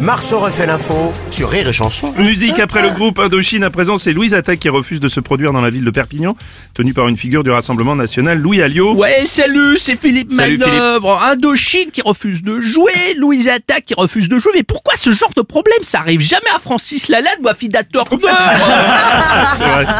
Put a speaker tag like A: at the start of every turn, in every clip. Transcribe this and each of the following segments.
A: Marceau refait l'info sur Rire et Chanson.
B: Musique après le groupe Indochine, à présent c'est Louise Attaque qui refuse de se produire dans la ville de Perpignan, tenue par une figure du Rassemblement National, Louis Alliot.
C: Ouais, salut, c'est Philippe
B: Salut,
C: Manœuvre. Indochine qui refuse de jouer, Louise Attaque qui refuse de jouer. Mais pourquoi ce genre de problème Ça arrive jamais à Francis Lalanne ou à Fida Turner
B: C'est vrai.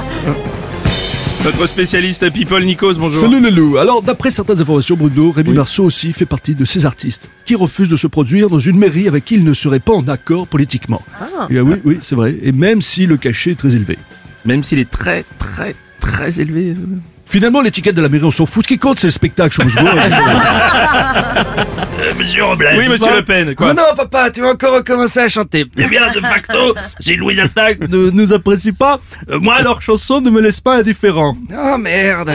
B: Notre spécialiste People, Nikos, bonjour.
D: Salut les loups. Alors, d'après certaines informations, Bruno, Rémi Marceau aussi fait partie de ces artistes qui refusent de se produire dans une mairie avec qui ils ne seraient pas en accord politiquement. Et, euh, oui, oui, c'est vrai. Et même si le cachet est très élevé.
B: Même s'il est très, très, très élevé. euh,
D: Finalement, l'étiquette de la mairie, on s'en fout. Ce qui compte, c'est le spectacle, chose
E: Monsieur Robles.
B: Oui, monsieur Le Pen, quoi.
E: non, papa, tu vas encore recommencer à chanter. Eh bien, de facto, si Louise Attaque ne nous apprécie pas, euh, moi alors.
D: chanson ne me laisse pas indifférent.
E: Oh merde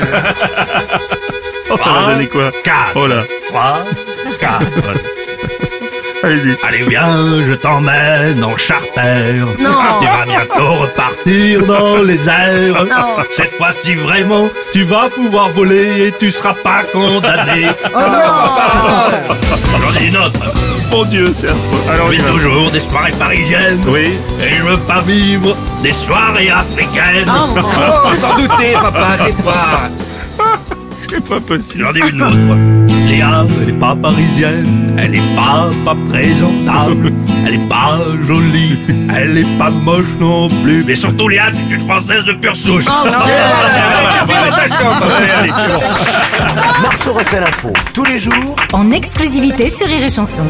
B: Oh, ça va donner quoi
E: Ah. Quatre.
B: Oh là.
E: 3, 4.
B: Allez-y.
E: Allez, viens, je t'emmène en charter. Tu vas bientôt repartir dans les airs. Cette fois-ci, vraiment, tu vas pouvoir voler et tu seras pas condamné. Oh non J'en ai une autre.
B: Mon Dieu, c'est affreux. Alors,
E: Mais
B: il va.
E: toujours des soirées parisiennes.
B: Oui.
E: Et je veux pas vivre des soirées africaines.
F: Oh, sans douter, papa, tais-toi.
B: C'est pas possible.
E: J'en ai une autre. Léa, elle est pas parisienne, elle est pas pas présentable, elle est pas jolie, elle est pas moche non plus. Mais surtout Léa, c'est une française de pure souche.
B: Allez, allez.
A: Marceau refait l'info tous les jours
G: en exclusivité sur Rire et Chanson.